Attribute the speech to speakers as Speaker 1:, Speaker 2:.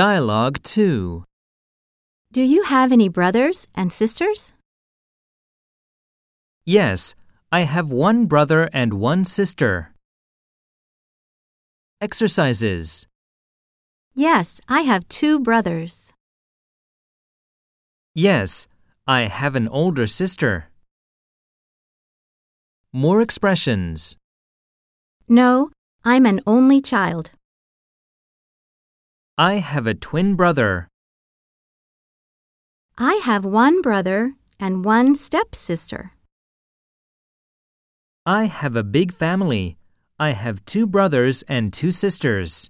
Speaker 1: Dialogue 2.
Speaker 2: Do you have any brothers and sisters?
Speaker 1: Yes, I have one brother and one sister. Exercises.
Speaker 2: Yes, I have two brothers.
Speaker 1: Yes, I have an older sister. More expressions.
Speaker 2: No, I'm an only child.
Speaker 1: I have a twin brother.
Speaker 2: I have one brother and one stepsister.
Speaker 1: I have a big family. I have two brothers and two sisters.